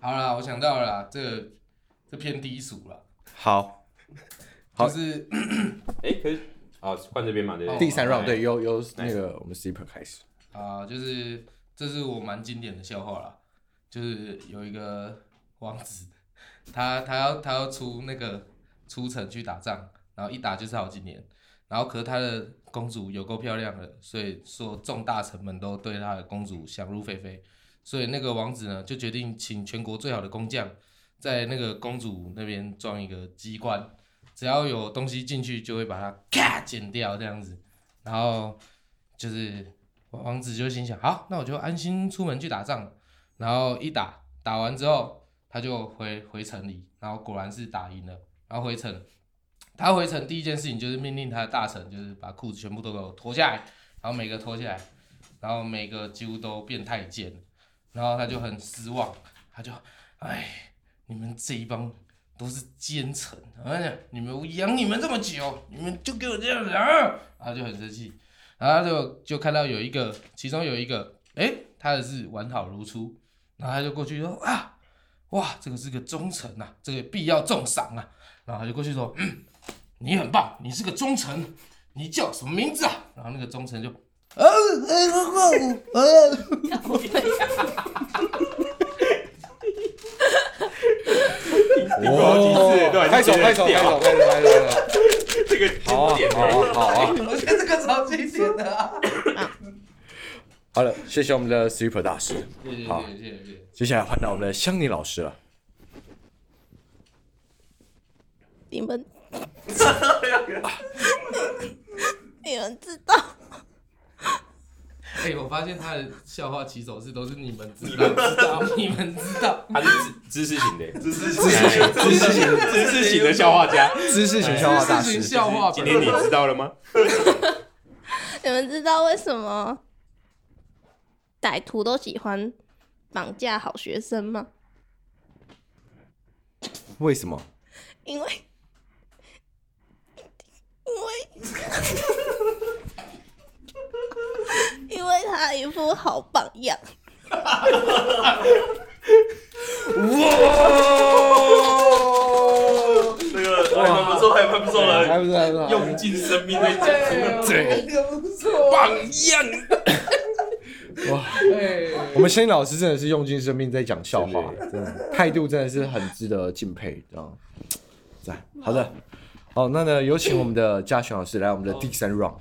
D: 好啦，我想到了啦，这个这偏低俗了，
B: 好，好
D: 就是
F: 哎，可是好换这边嘛，对不对？
B: 第三 round 对，
F: 哎，
B: 由由那个我们 Super 开始。
D: 啊、就是这是我蛮经典的笑话啦，就是有一个王子，他他要他要出那个出城去打仗，然后一打就是好几年，然后可是他的公主有够漂亮的，所以说众大臣们都对他的公主想入非非，所以那个王子呢就决定请全国最好的工匠，在那个公主那边装一个机关，只要有东西进去就会把它咔剪掉这样子，然后就是王子就心想，好，那我就安心出门去打仗了。然后一打，打完之后，他就回回城里，然后果然是打赢了。然后回城，他回城第一件事情就是命令他的大臣，就是把裤子全部都给我脱下来，然后每个脱下来，然后每个几乎都变太监了。然后他就很失望，他就，哎，你们这一帮都是奸臣，哎呀，你们我养你们这么久，你们就给我这样子啊！他就很生气。然后他就就看到有一个，其中有一个，诶，他的是完好如初，然后他就过去说啊，哇，这个是个忠臣呐、这个必要重赏啊，然后他就过去说，嗯，你很棒，你是个忠臣，你叫什么名字啊？然后那个忠臣就，呃，呃，呃，呃，
F: 你不好几次，对吧
B: 哦拍手拍手拍手，拍手拍手拍手，
F: 这个
B: 好啊
F: 经典
B: 好啊
F: 哎
B: 好啊，
D: 我觉得这个超经典的、啊，
B: 好了，谢谢我们的 Super 大师，
D: 谢谢
B: 好
D: 谢谢谢谢，
B: 接下来换到我们的香妮老师了。
G: 你 们， 你们知道
D: 哎、我发现他的笑话起手式都是你们知道，知道，你们知道，
F: 他是知知识型的，哎
H: 知识
B: 知识型
F: 知识型知识型的笑话家。
B: 知识型笑话大
D: 知识
B: 师
D: 型，笑话
F: 今
D: 本
F: 天你知道了吗？
G: 你们知道为什么歹徒都喜欢绑架好学生吗？
B: 为什么？
G: 因为，因为，因为他一副好榜样。
H: 那个哎还蛮不错，还蛮不错
F: 呃
B: 哎还
H: 了，
B: 不是还不是
H: 用尽生命在讲出了
B: 对，
H: 榜样。
B: 我们仙女老师真的是用尽生命在讲笑话，
F: 真
B: 真的态度真的是很值得敬佩，这样。赞，好的，好，那呢，有请我们的嘉璇老师来我们的第三 round。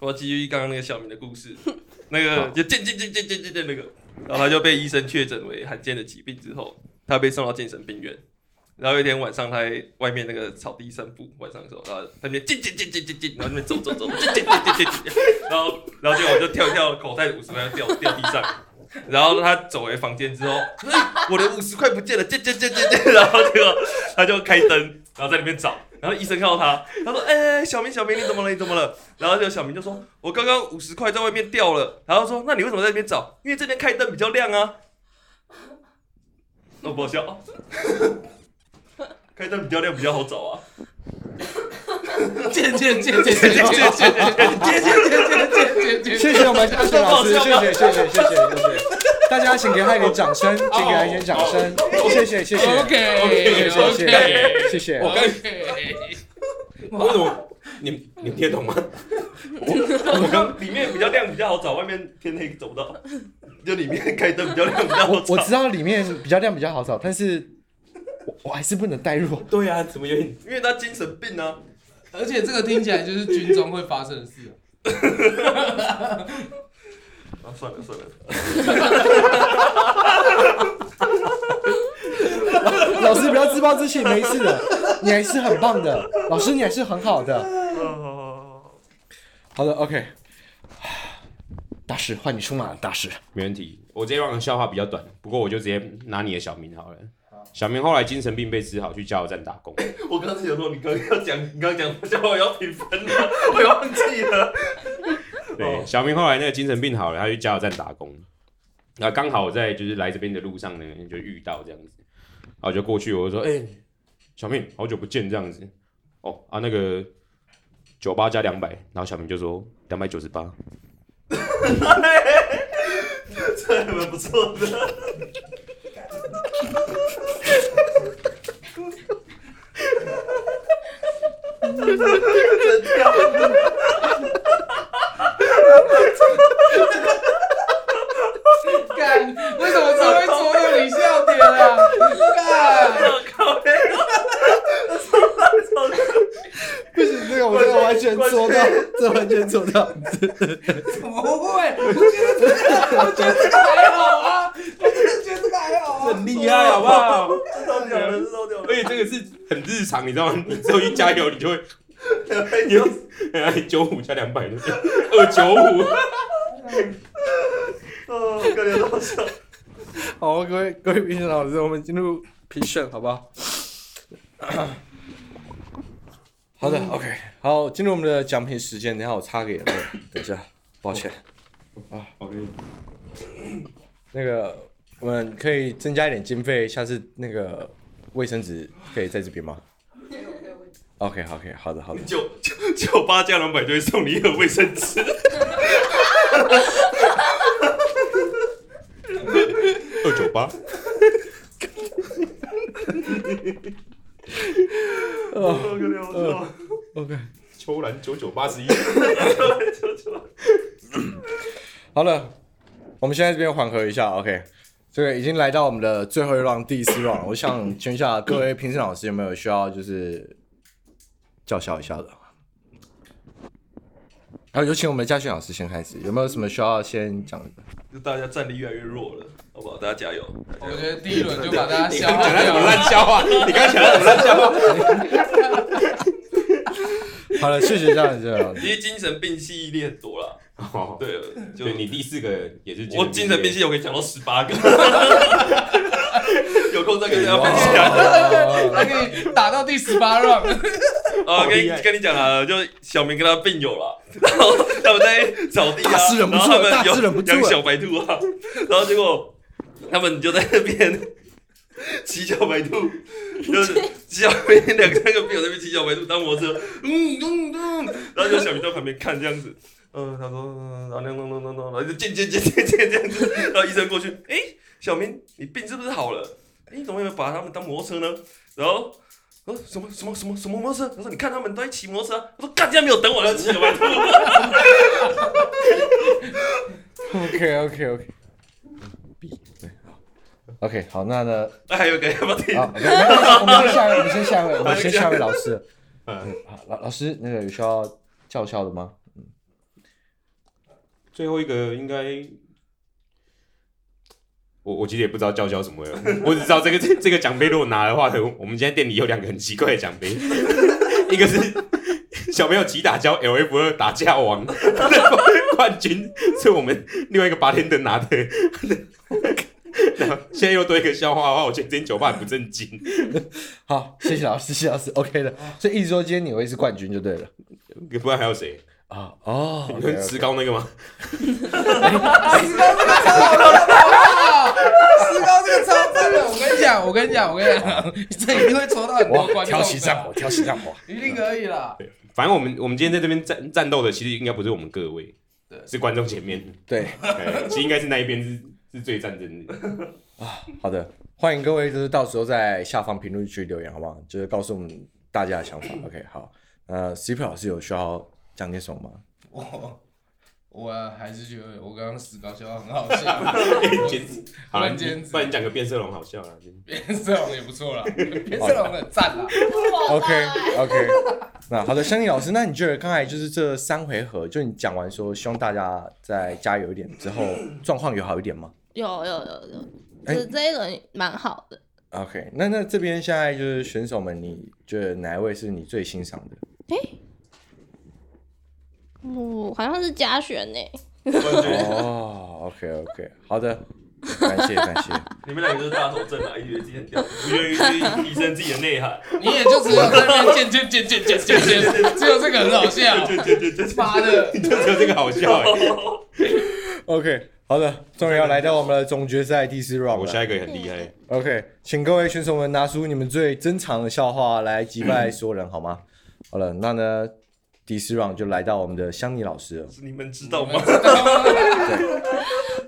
H: 我要继续刚刚那个小明的故事，那个就渐渐渐渐渐渐渐那个，然后他就被医生确诊为罕见的疾病之后，他被送到精神病院。然后有一天晚上，他在外面那个草地散步，晚上的时候，然后他那边进进进进进进，然后那边走走走，进进进进进进，然后然后结果我就跳一跳，口袋五十块掉掉地上，然后他走回房间之后，哎我的五十块不见了，进进进进进，然后结果他就开灯，然后在里面找，然后医生看到他，他说：“哎、小明小明你怎么了？你怎么了？”然后就小明就说：“我刚刚五十块在外面掉了。”然后说：“那你为什么在这边找？因为这边开灯比较亮啊。”那不好笑啊，开灯比较亮比较好找啊。
D: 见见见见见见见见见见见
B: 谢谢我们嘉璇老师，谢谢谢谢谢谢谢谢，大家请给他一点掌声，请给他一点掌声，谢谢谢谢
D: OK
B: 谢谢
D: OK
B: 谢谢谢谢。
F: 为什么？你们你们听得懂吗？
H: 我刚里面比较亮比较好找，外面天黑找不到，就里面开灯比较亮比较好
B: 我
H: 找。
B: 我知道里面比较亮比较好找，但是我我还是不能代入。
F: 对啊，怎么有点
H: 因为他精神病啊。
D: 而且这个听起来就是军中会发生的事、啊。
H: 啊，算了算了，
B: 老师不要自暴自弃，没事的，你还是很棒的，老师你还是很好的。
H: 哦
B: 好的，OK，大师换你出马了，大师。
F: 没问题。我这一 round 的笑话比较短，不过我就直接拿你的小明好了。小明后来精神病被治好，去加油站打工。
H: 我刚才想说，你刚刚要讲，你刚刚讲笑话要评分了，我忘记了。
F: 对，小明后来那个精神病好了，他去加油站打工。那刚好我在就是来这边的路上呢，就遇到这样子，然后我就过去，我就说：“哎、小明，好久不见，这样子。”哦啊，那个九八加两百，然后小明就说两百九十八。
H: 这还蛮不错的。
D: 干，为什么只会戳中你笑点啊？干，
H: 我靠！哎
B: 不行，这个我真的完全做到，这完全做到。
D: 怎么会？我觉得这个，我觉得这个还好啊，我真的觉得这个还好啊。
F: 厉害，好不好？
H: 这超屌的，这超屌
F: 而
H: 的。
F: 且这个是很日常，你知道吗？你只有一加油，你就会
H: 哎呦，
F: 九五加两百，二九五。
H: 哦，感觉到笑。
B: 好，各位各位评审老师，我们进入评审，好不好？ 好的，OK，好，进入我们的奖品时间。等一下我擦个眼泪，等一下，抱歉。嗯啊
F: OK，
B: 那个，我们可以增加一点经费，下次那个卫生纸可以在这边吗？OK OK，好的好的，
H: 九九九八加两百就会送你一盒卫生纸。
F: 二九八。
H: 哦，感觉好笑。
F: 秋兰九九八十一，
B: 好了，我们现在这边缓和一下，OK。这个已经来到我们的最后一 round 第四 round，我想请问一下各位评审老师有没有需要就是叫嚣一下的？好，有请我们的嘉轩老师先开始，有没有什么需要先讲的？
H: 就大家战力越来越弱了，好不好？大家加油！
D: 我觉得第一轮就把大家
F: 你
D: 笑
F: 刚讲
D: 掉
F: 那什么
D: 了。
F: 烂笑话？你刚讲那什么烂笑话？
B: 好了，谢谢嘉轩老师。
H: 其实精神病系列很多啦。
F: 哦，
H: 对了，就
F: 对你第四个也是
H: 我精神病
F: 系
H: 系我可以讲到十八个，有空再跟大家分享。
D: 他可以打到第十八 round，
H: 啊，跟你
F: 好厉害
H: 跟你讲啊，就小明跟他病友啦，然后他们在扫地啊，
B: 大师忍不住
H: 然后他们
B: 大师忍不
H: 有
B: 住了
H: 养小白兔啊，然后结果他们就在那边骑小白兔，就是骑小白兔两三个朋友在那边骑小白兔当摩托车，嗯嗯嗯，然后就小明在旁边看这样子，嗯，他说，嗯然后那样弄弄弄弄，然后就渐渐渐渐渐这样子，然后医生过去，哎，小明，你病是不是好了？哎，你怎么没有把他们当摩托车呢？然后。呃、什么什么什么什么摩托车？他说：“你看他们都在骑摩托车、啊。”他说：“干，竟然没有等我，要骑小白兔。
B: OK OK OK。OK，好，那呢？”
H: 哎，还有个要不要听？
B: 好，没有没有我们先下一位，我们先下一位，我们先下一位老师。嗯，好，老老师，那个有需要叫校的吗？
F: 最后一个应该，我我其实也不知道叫叫什么了， 我只知道这个这这个奖杯如果拿的话，我们今天店里有两个很奇怪的奖杯， 一个是小朋友击打教 LF 二打架王 冠军，是我们另外一个八天的拿的。 然后现在又多一个笑话的话，我觉得今天酒吧很不正经。
B: 好，谢谢老师，谢谢老 师，OK 的。所以一直说今天你会是冠军就对了。
F: 不然还有谁？
B: 啊 哦
F: 你跟石膏那个吗？
D: 石膏这个超赞的，我跟你讲，我跟你讲，我跟你讲，这一定会抽到很 多
B: 我
D: 观众
B: 挑
D: 的，
B: 起战火，挑起战火。
D: 一定可以啦。
F: 反正我们我们今天在这边战战斗的，其实应该不是我们各位，是观众前面。
B: 对，
F: 哎其实应该是那一边是是最战 争的。
B: 好的，欢迎各位，就是到时候在下方评论区留言，好不好？就是告诉我们大家的想 法。OK，好。呃，CP 老师有需要讲点什么吗？
D: 我我还是觉得我刚刚死搞笑话很好笑，
F: 坚持，好了，
D: 乱坚持
F: 不然你讲个变色龙好笑啊了。
D: 变色龙也不错啦，变色龙很赞啦。
B: OK OK，那 好的，香丽老师，那你觉得刚才就是这三回合，就你讲完说希望大家再加油一点之后，状况有好一点吗
G: 有有有有，
B: 哎
G: 这这一轮蛮好的。
B: ？OK，那那这边现在就是选手们，你觉得哪一位是你最欣赏的？
G: 哦，好像是嘉璇呢，
B: 哦，OK OK，好的，感谢感谢。
H: 你们两个就是大头症啊，以为自己很屌，不愿意去提升自己的内涵。
D: 你也就只有在那边见见见见见见见，只有这个很好笑。妈的，
F: 就只有这个好笑哎、
B: OK，好的，终于要来到我们的总决赛第四 round
F: 我
B: 了。
F: 下一个也很厉害，
B: OK，请各位选手们拿出你们最珍藏的笑话来击败所有人，好吗？好了，那呢，第四 round 就来到我们的香妮老师了。
H: 是你们知道
D: 我
H: 吗？
D: 知道吗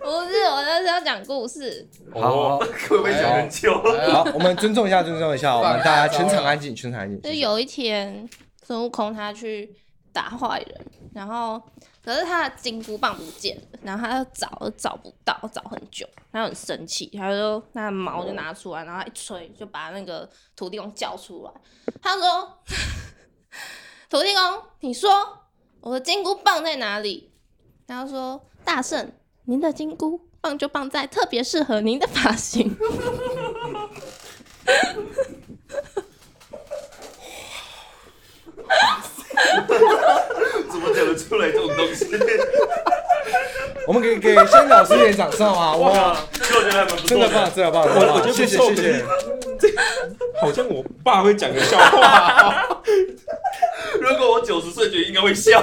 G: 不是，我那是要讲故事。
B: 好，
H: 会不会讲很久？
B: 好，我们尊重一下，尊重一下，我们大家全场安静，全场安静。
G: 就有一天，孙悟空他去打坏人，然后可是他的金箍棒不见了，然后他就找都找不到，找很久，他很生气，他就那个毛就拿出来，然后一吹就把那个土地公叫出来。他说：“ 土地公，你说我的金箍棒在哪里？”然后说：“大圣，您的金箍棒就棒在特别适合您的发型。”
H: 怎么讲得出来这种东西？
B: 我们给给香妮老师一点掌声啊！哇，
H: 哇，其实我觉得还蛮不
B: 真
H: 错
B: 的棒，
H: 的。
B: 真的棒，真的棒，谢谢谢谢。
F: 好像我爸会讲个笑话、
H: 如果我九十岁，觉得应该会笑。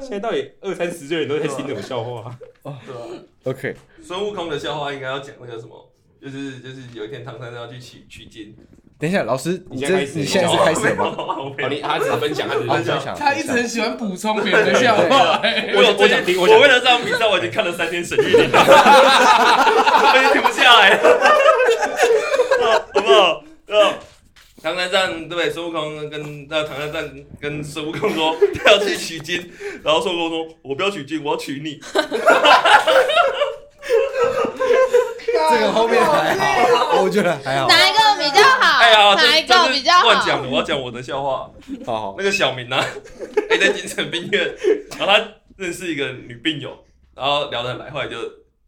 F: 现在到底二三十岁人都在听这种笑话、
H: 对吧
B: OK，
H: 孙悟空的笑话应该要讲那个什么，就是就是有一天唐三藏要去取取经，
B: 等一下，老师，你
F: 你
B: 这你
F: 先开始
B: 现在是开始了吗？
H: 我没
F: 哦，
H: 有
F: 你他只是分享，他只是
B: 好，分
F: 分享。
B: 享。
D: 他一直很喜欢补充别人的笑话。哎
H: 我有
F: 我
H: 最
F: 想
H: 近
F: 听
H: 我
F: 我想
H: 为了这场比赛，我已经看了三天《神域领导》，我已经停不下来了，好不好？呃，唐三藏对不对？孙悟空跟那唐三藏跟孙悟空说他要去取经，然后孙悟空说：“我不要取经，我要娶你。
B: 这个后面还好，我觉得还好。
G: 哪一个比较好？
H: 哎呀，这
G: 哪一个比较
H: 这
G: 好？
H: 是乱讲的，我要讲我的笑话。
B: 好好
H: 那个小明呢、啊， 哎、在精神病院，然后他认识一个女病友，然后聊得很来，后来就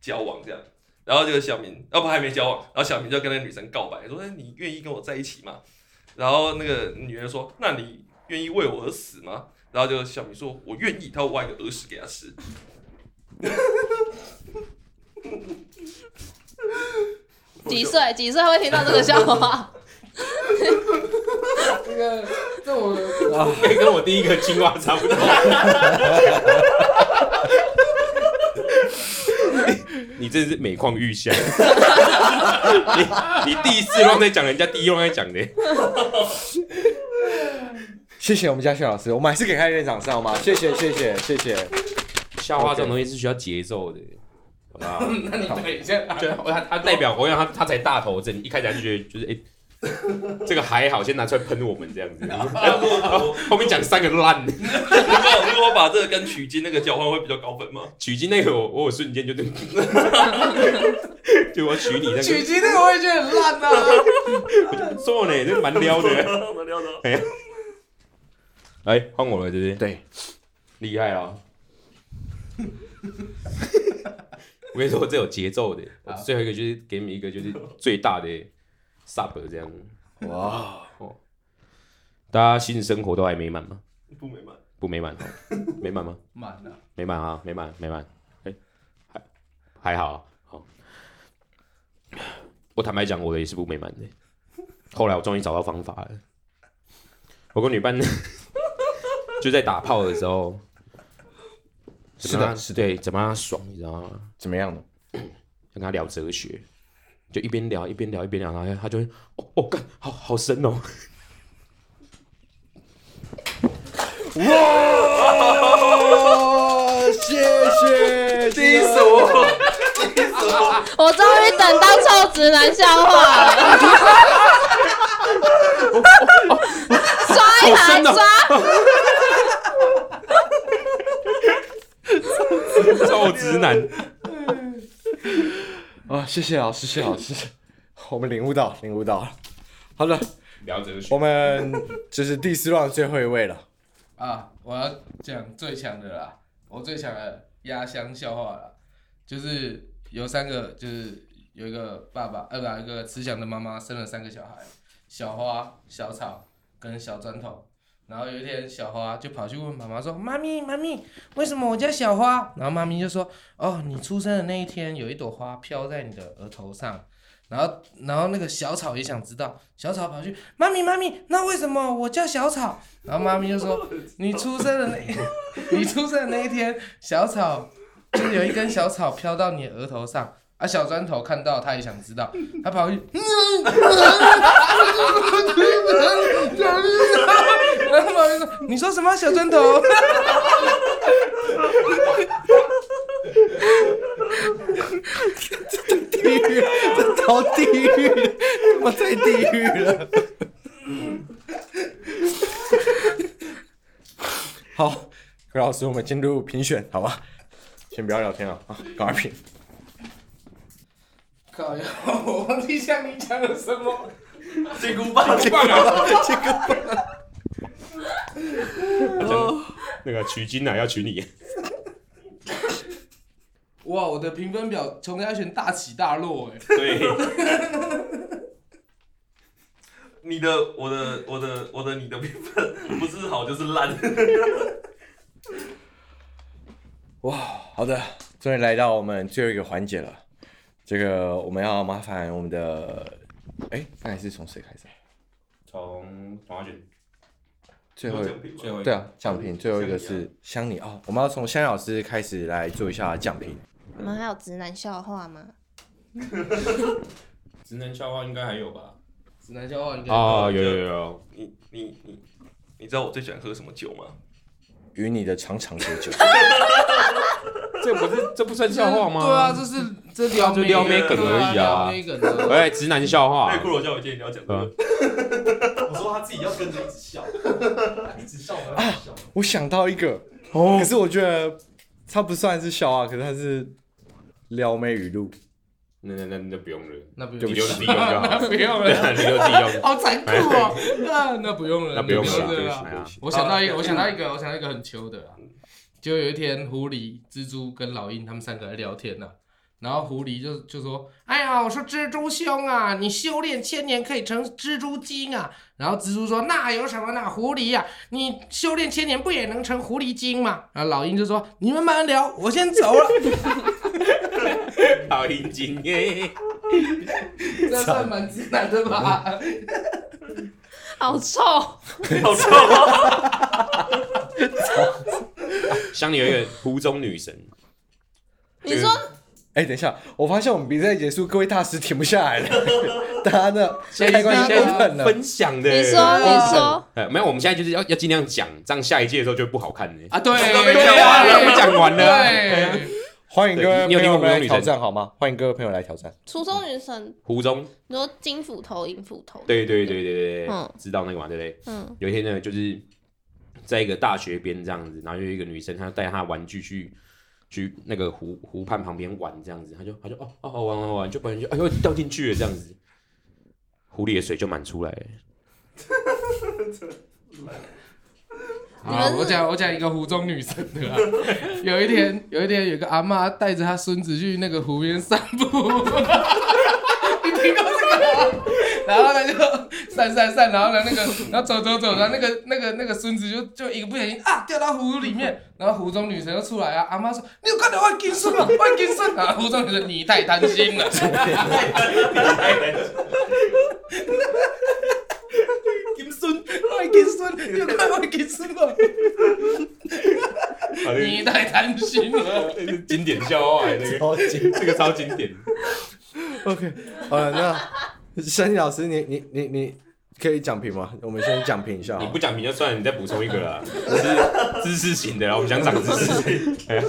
H: 交往这样。然后这个小明，哦要、不还没交往，然后小明就跟那女生告白，说：“哎、你愿意跟我在一起吗？”然后那个女人说：“那你愿意为我而死吗？”然后就小明说：“我愿意。”他挖一个耳屎给他吃。
G: 几岁？几岁会听到这个笑话？
D: 这个，这我
F: 那跟我第一个青蛙差不多。 你 真的是每况愈下。 你你第一次乱在讲人家第一乱在讲的，
B: 谢谢我们嘉轩老师，我们还是给他一点掌声好吗？谢谢谢谢谢谢。
F: 笑话这种东西是需要节奏的，好吧？
D: 那你等一下，他他
F: 他代表侯阳，他他才大头针，一开始他就觉得就是哎、哎 这个还好，先拿出来喷我们这样 子。后面讲三个烂的，
H: 如果如果把这个跟取经那个交换会比较高分 吗？
F: 取经那个我我有瞬间就 对，就我取你那个，
D: 取经那个我也觉得很烂呐、啊。
F: 不错呢，这个蛮撩的。
H: 蛮撩的。
F: 哎，换我了，对不对？
B: 对，
F: 厉害哦 了。我跟你说，这有节奏的。我最后一个就是给你们一个就是最大的 sub 这样。哦
B: 哇，
F: 大家性生活都还美满吗？
H: 不美满，
F: 不美满哦，美满吗？
D: 满了，
F: 美满啊，美满，美满。哎、还还好啊，好。我坦白讲，我的也是不美满的。后来我终于找到方法了。我跟女伴 就在打炮的时候，
B: 是的，
F: 是对，怎么让她爽，你知道吗？
B: 怎么样呢？
F: 就跟他聊哲学，就一边聊一边聊一边聊，然后他就会哦哦干，好好深哦。
B: 哇，哦谢谢，第一次我
G: 我终于等到臭直男笑话了， 刷一排刷，
F: 臭直男，
B: 啊，谢谢老师，谢谢老师，我们领悟到，领悟到了。好的，
F: 聊哲学。
B: 我们就是第四 round 最后一位了。
D: 啊，我要讲最强的啦，我最强的压箱笑话啦，就是有三个，就是有一个爸爸，呃，不，有一个慈祥的妈妈生了三个小孩，小花、小草跟小砖头。然后有一天，小花就跑去问妈妈说：“妈咪，妈咪，为什么我叫小花？”然后妈咪就说：“哦，你出生的那一天，有一朵花飘在你的额头上。”然后，然后那个小草也想知道，小草跑去：“妈咪，妈咪，那为什么我叫小草？”然后妈咪就说：“你出生的那， 你出生的那一天，小草就是有一根小草飘到你的额头上，啊，小砖头看到他也想知道，他跑去， 然后妈咪说：“你说什么？小砖头？”
B: 地狱，这到地狱了，他妈太地狱了。好，葛老师，我们进入评选，好吧？先不要聊天了啊，赶快评。
D: 靠呀！我忘记向你讲了什么。
H: 金箍 棒，啊金箍棒，金箍棒。
F: 那个取经啊，要取你。
D: 哇，我的评分表从加选大起大落哎、
F: 对，
H: 你的、我的、我的、我的、你的评分不是好就是烂。
B: 哇，好的，终于来到我们最后一个环节了。这个我们要麻烦我们的，哎，刚才是从谁开始啊？
F: 从黄阿卷
B: 最后一个。
H: 最
F: 最后一
B: 对
F: 个，
B: 啊，奖评最后一个是香你哦，我们要从香妮老师开始来做一下奖评。
G: 你们还有直男笑话吗？
F: 直男笑话应该还有吧？
D: 指南笑话应该
F: 啊，有有有有，
H: 你你你，你知道我最喜欢喝什么酒吗？
B: 与你的长长久久，
F: 这不是这不算
D: 这
F: 笑话吗？
D: 对啊，这是这撩
F: 就撩妹梗而
D: 对
F: 已啊
D: 撩妹梗啊
F: 哎，直男笑话
H: 那，骷髅叫我建议你要讲这个，
E: 我说他自己要跟着一直 笑，一直笑，然后笑。
B: 我想到一个，哦，可是我觉得它不算是笑话，可是它是撩妹语录。
F: 那那那那不用了，
D: 那不
F: 就
D: 用
F: 你，就自己用就好了，
D: 不用
F: 对
D: 了，
F: 啊，你就自己 用，
D: 好残酷哦、那那不用了，
F: 哎那不用
D: 那
F: 了，
D: 对啊
F: 哎呀
D: 我想到一个，我想到一个，我想到一个很糗的啦。啊就有一天，狐狸、蜘蛛跟老鹰他们三个在聊天呢、然后狐狸就就说：“哎呀，我说蜘蛛兄啊，你修炼千年可以成蜘蛛精啊。”然后蜘蛛说：“那有什么呢？狐狸呀、啊你修炼千年不也能成狐狸精吗？”然后老鹰就说：“你们慢慢聊，我先走了。
F: 好阴茎耶。”
D: 这算蛮直男的吧？
G: 好臭！
H: 好臭啊！
F: 乡里有一个湖中女神，
G: 你说
B: 哎、等一下，我发现我们比赛结束，各位大师停不下 来了，大家的开关
F: 现在
B: 已经 open 了。
F: 分享的，
G: 你说，你说，
F: 哎，没有，我们现在就是要要尽量讲，这样下一届的时候就不好看了。
D: 啊，对，
F: 对啊，
D: 对
F: 都讲完了。
D: 对，
B: 欢迎各位
F: 对你有
B: 朋
F: 听
B: 友
F: 过
B: 们来
F: 女
B: 挑
F: 神
B: 战好吗？欢迎各位朋友来挑战。
G: 初中女生，
F: 湖中，
G: 你说金斧头、银斧头，
F: 对对对对对对
G: 嗯，
F: 知道那个嘛，对不对？
G: 嗯，
F: 有一天呢，就是在一个大学边这样子，然后有一个女生，她带她的玩具去去那个湖湖畔旁边玩这样子，她就她就哦哦哦玩玩玩，就不然就哎呦掉进去了这样子，湖里的水就满出来了。
D: 好，啊我讲我讲一个湖中女生的 啊、有一天，有一天，有个阿妈带着她孙子去那个湖边散 步，你听过这个吗？然后她就散散散，然后呢，那个，然后走走走，然后那个那个那个孙子就就一个不小心啊掉到湖里
F: 嗯
D: 面，然后湖中女神就出来啊，阿妈说你有看到万金孙吗？万金孙啊，湖中女神你太贪心 了，金孙，万金孙， 你有看到万金孙吗？你太贪心了。
F: 经典笑话，这个
B: 超级
F: 这个超经典。
B: OK，好了，那山里老师，你你你你可以讲评吗？我们先讲评一下好啊
F: 你
B: 了。
F: 不讲评就算了，你再补充一个啦，这是知识型的啦，我们想长知识。
G: 因为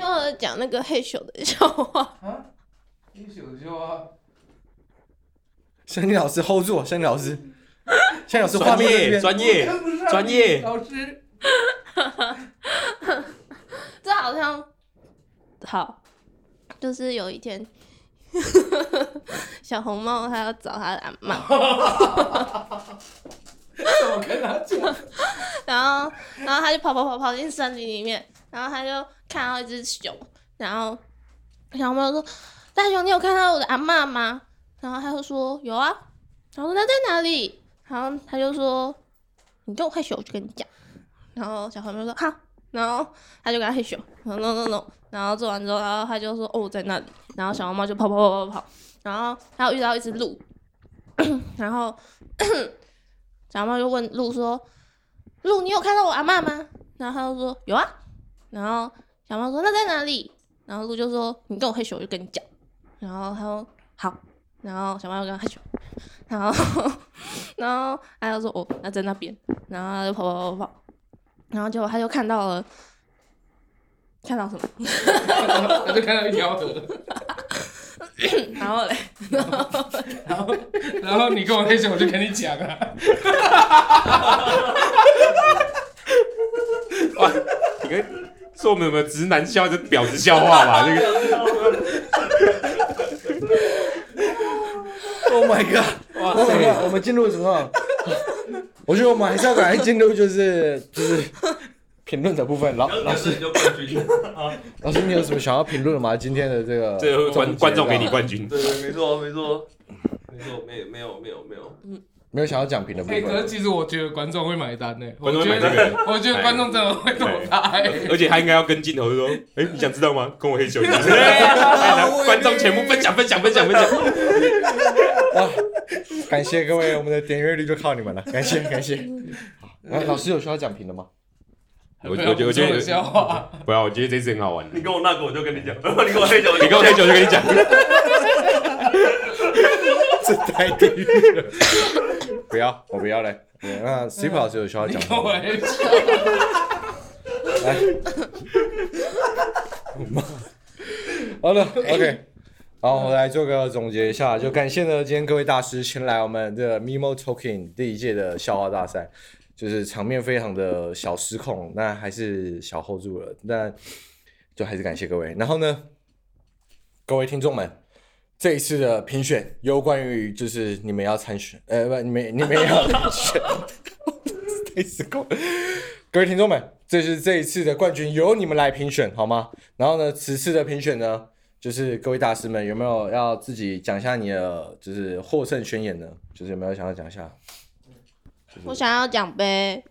G: 我在讲那个害羞的笑话，
D: 一宿就啊，
B: 山里老师 hold 住，山里老 师，山里老师画
F: 专
B: 面这
F: 业
B: 边
F: 专业
D: 跟不上
F: 专业
D: 老师。
G: 这好像好，就是有一天， 小红帽她要找她的阿妈，
D: 怎么跟他讲？
G: 然后，然后他就跑跑跑跑进森林里面，然后他就看到一只熊，然后小猫说：“大熊，你有看到我的阿嬷吗？”然后他就说：“有啊。”然后说：“那在哪里？”然后他就说：“你跟我害羞，我就跟你讲。”然后小红就说：“好。”然后他就跟他害羞，然后 no no no，然后做完之后，然后他就说：“哦，我在那里。”然后小红帽就跑跑跑跑跑，然后他又遇到一只鹿，然后 小红帽就问鹿说：“鹿，你有看到我阿嬷吗？然后他就说有啊。然后小猫说那在哪里？然后鹿就说你跟我害羞，我就跟你讲。然后他说好。然后小猫就跟他害羞，然后然后他就说哦，那在那边。然后他就跑跑跑跑跑，然后结果他就看到了，看到什么？
D: 他就看到一条河，
G: 然后嘞，
D: 然后然后你跟我那些，我就跟你讲啊，
F: 哇，你看说我们有没有直男笑，这婊子笑话吧？这个。
B: Oh my god！哇塞，我们进入什么？我觉得我们还是要赶快进入，就是就是评论的部分。
H: 啊
B: 老老师
H: 你就冠军了。
B: 老师，你有什么想要评论的吗？今天的这个
F: 这观
B: 总结
F: 观众给你
B: 这样
F: 冠军，
H: 对对，没错没错没错，没没有没有没有，
B: 没有想要讲评的部
D: 哎、可是
B: 分。
D: 其实我觉得观众会买单呢、我
F: 观众
D: 觉
F: 买这
D: 得
F: 个，哎
D: 我觉得观众真的会懂他、欸，
F: 而且他应该要跟镜 头说：“哎，你想知道吗？跟我黑球。”哎观众全部分享分 享分享分享，
B: 感谢各位，我们的点阅率就靠你们了，感谢感谢。 好，啊老师有需要讲评的吗？
F: 我我觉得我觉
D: 有
F: 得
D: 笑话，
F: 不要，我觉得这次很好玩。
H: 你
F: 你
H: 跟我那个我就跟你讲， 你跟我黑球，
F: 跟我黑球就跟你讲，
B: 这太地狱了， 不要，我不要嘞。 对那 Sip 老师有需要讲评
D: 跟
B: 的
D: 我
B: 吗？
D: 那些
B: 来，好了，OK，好，我来做个总结一下，就感谢呢今天各位大师前来我们的 Mimo Talking 第一届的笑话大赛，就是场面非常的小失控，那还是小 hold 住了，那就还是感谢各位。然后呢，各位听众们。这一次的评选有关于就是你们要参选，呃，不，你们你们要选，太失控。各位听众们，这是这一次的冠军，由你们来评选好吗？然后呢，此次的评选呢，就是各位大师们有没有要自己讲一下你的就是获胜宣言呢？就是有没有想要讲一下？
G: 我想要奖杯，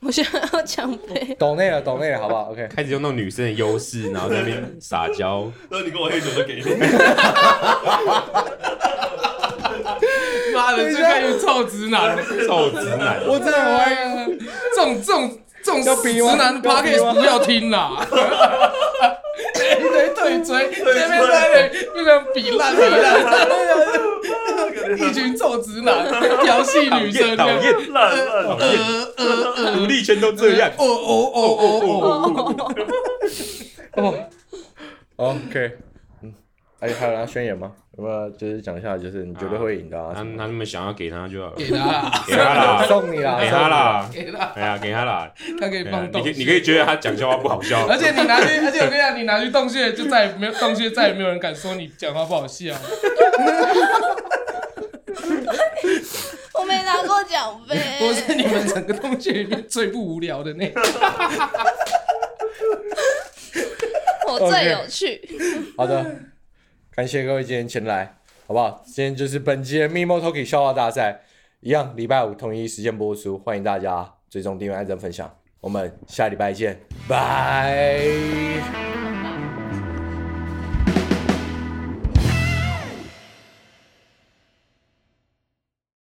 G: 我想要奖杯，
B: 懂内了，懂内了，好不好？OK，
F: 开始用那种女生的优势，然后在那边撒娇。
H: 然后你跟我黑球就给你。
D: 妈的，就看有臭直男，
F: 臭直男，
B: 我真的很怀疑，
D: 疑，这种这种这
B: 要
D: 种
B: 比
D: 直
B: 吗
D: 男的
B: 要比吗
D: podcast 哎不要听啦，一堆对追，前面三人就像比烂比烂，一群臭直男，调戏女生，啊
F: 讨
H: 烂
F: 厌
H: 烂
D: 呃呃呃呃，
F: 独立圈都这样。
D: 哦哦哦哦哦，
B: 哦，OK，嗯，哎，还有人要宣言吗？有没有就是讲一下，就是你绝对会赢的啊？
F: 他
B: 什么
F: 他们想要给他就好了，
D: 给他啦，
F: 给他
B: 的
F: 啦，
B: 送你啦，
F: 给他啦，
D: 给他，
F: 哎呀，给他啦。
D: 他可以
F: 哎呀
D: 放
F: 你
D: 洞
F: 可
D: 穴
F: 以，你可以觉得他讲笑话不好笑，
D: 而且你拿去，而且我跟你讲，你拿去洞穴，就再也没有洞穴，再也没有人敢说你讲话不好啊笑。
G: 我没拿过奖杯。
D: 我是你们整个洞穴里面最不无聊的那个。
G: 我最有趣。
B: 好的，感谢各位今天前来，好不好？今天就是本期的 Mimo Toki 笑话大赛，一样礼拜五同一时间播出，欢迎大家追踪、订阅、按赞、分享，我们下礼拜见，拜。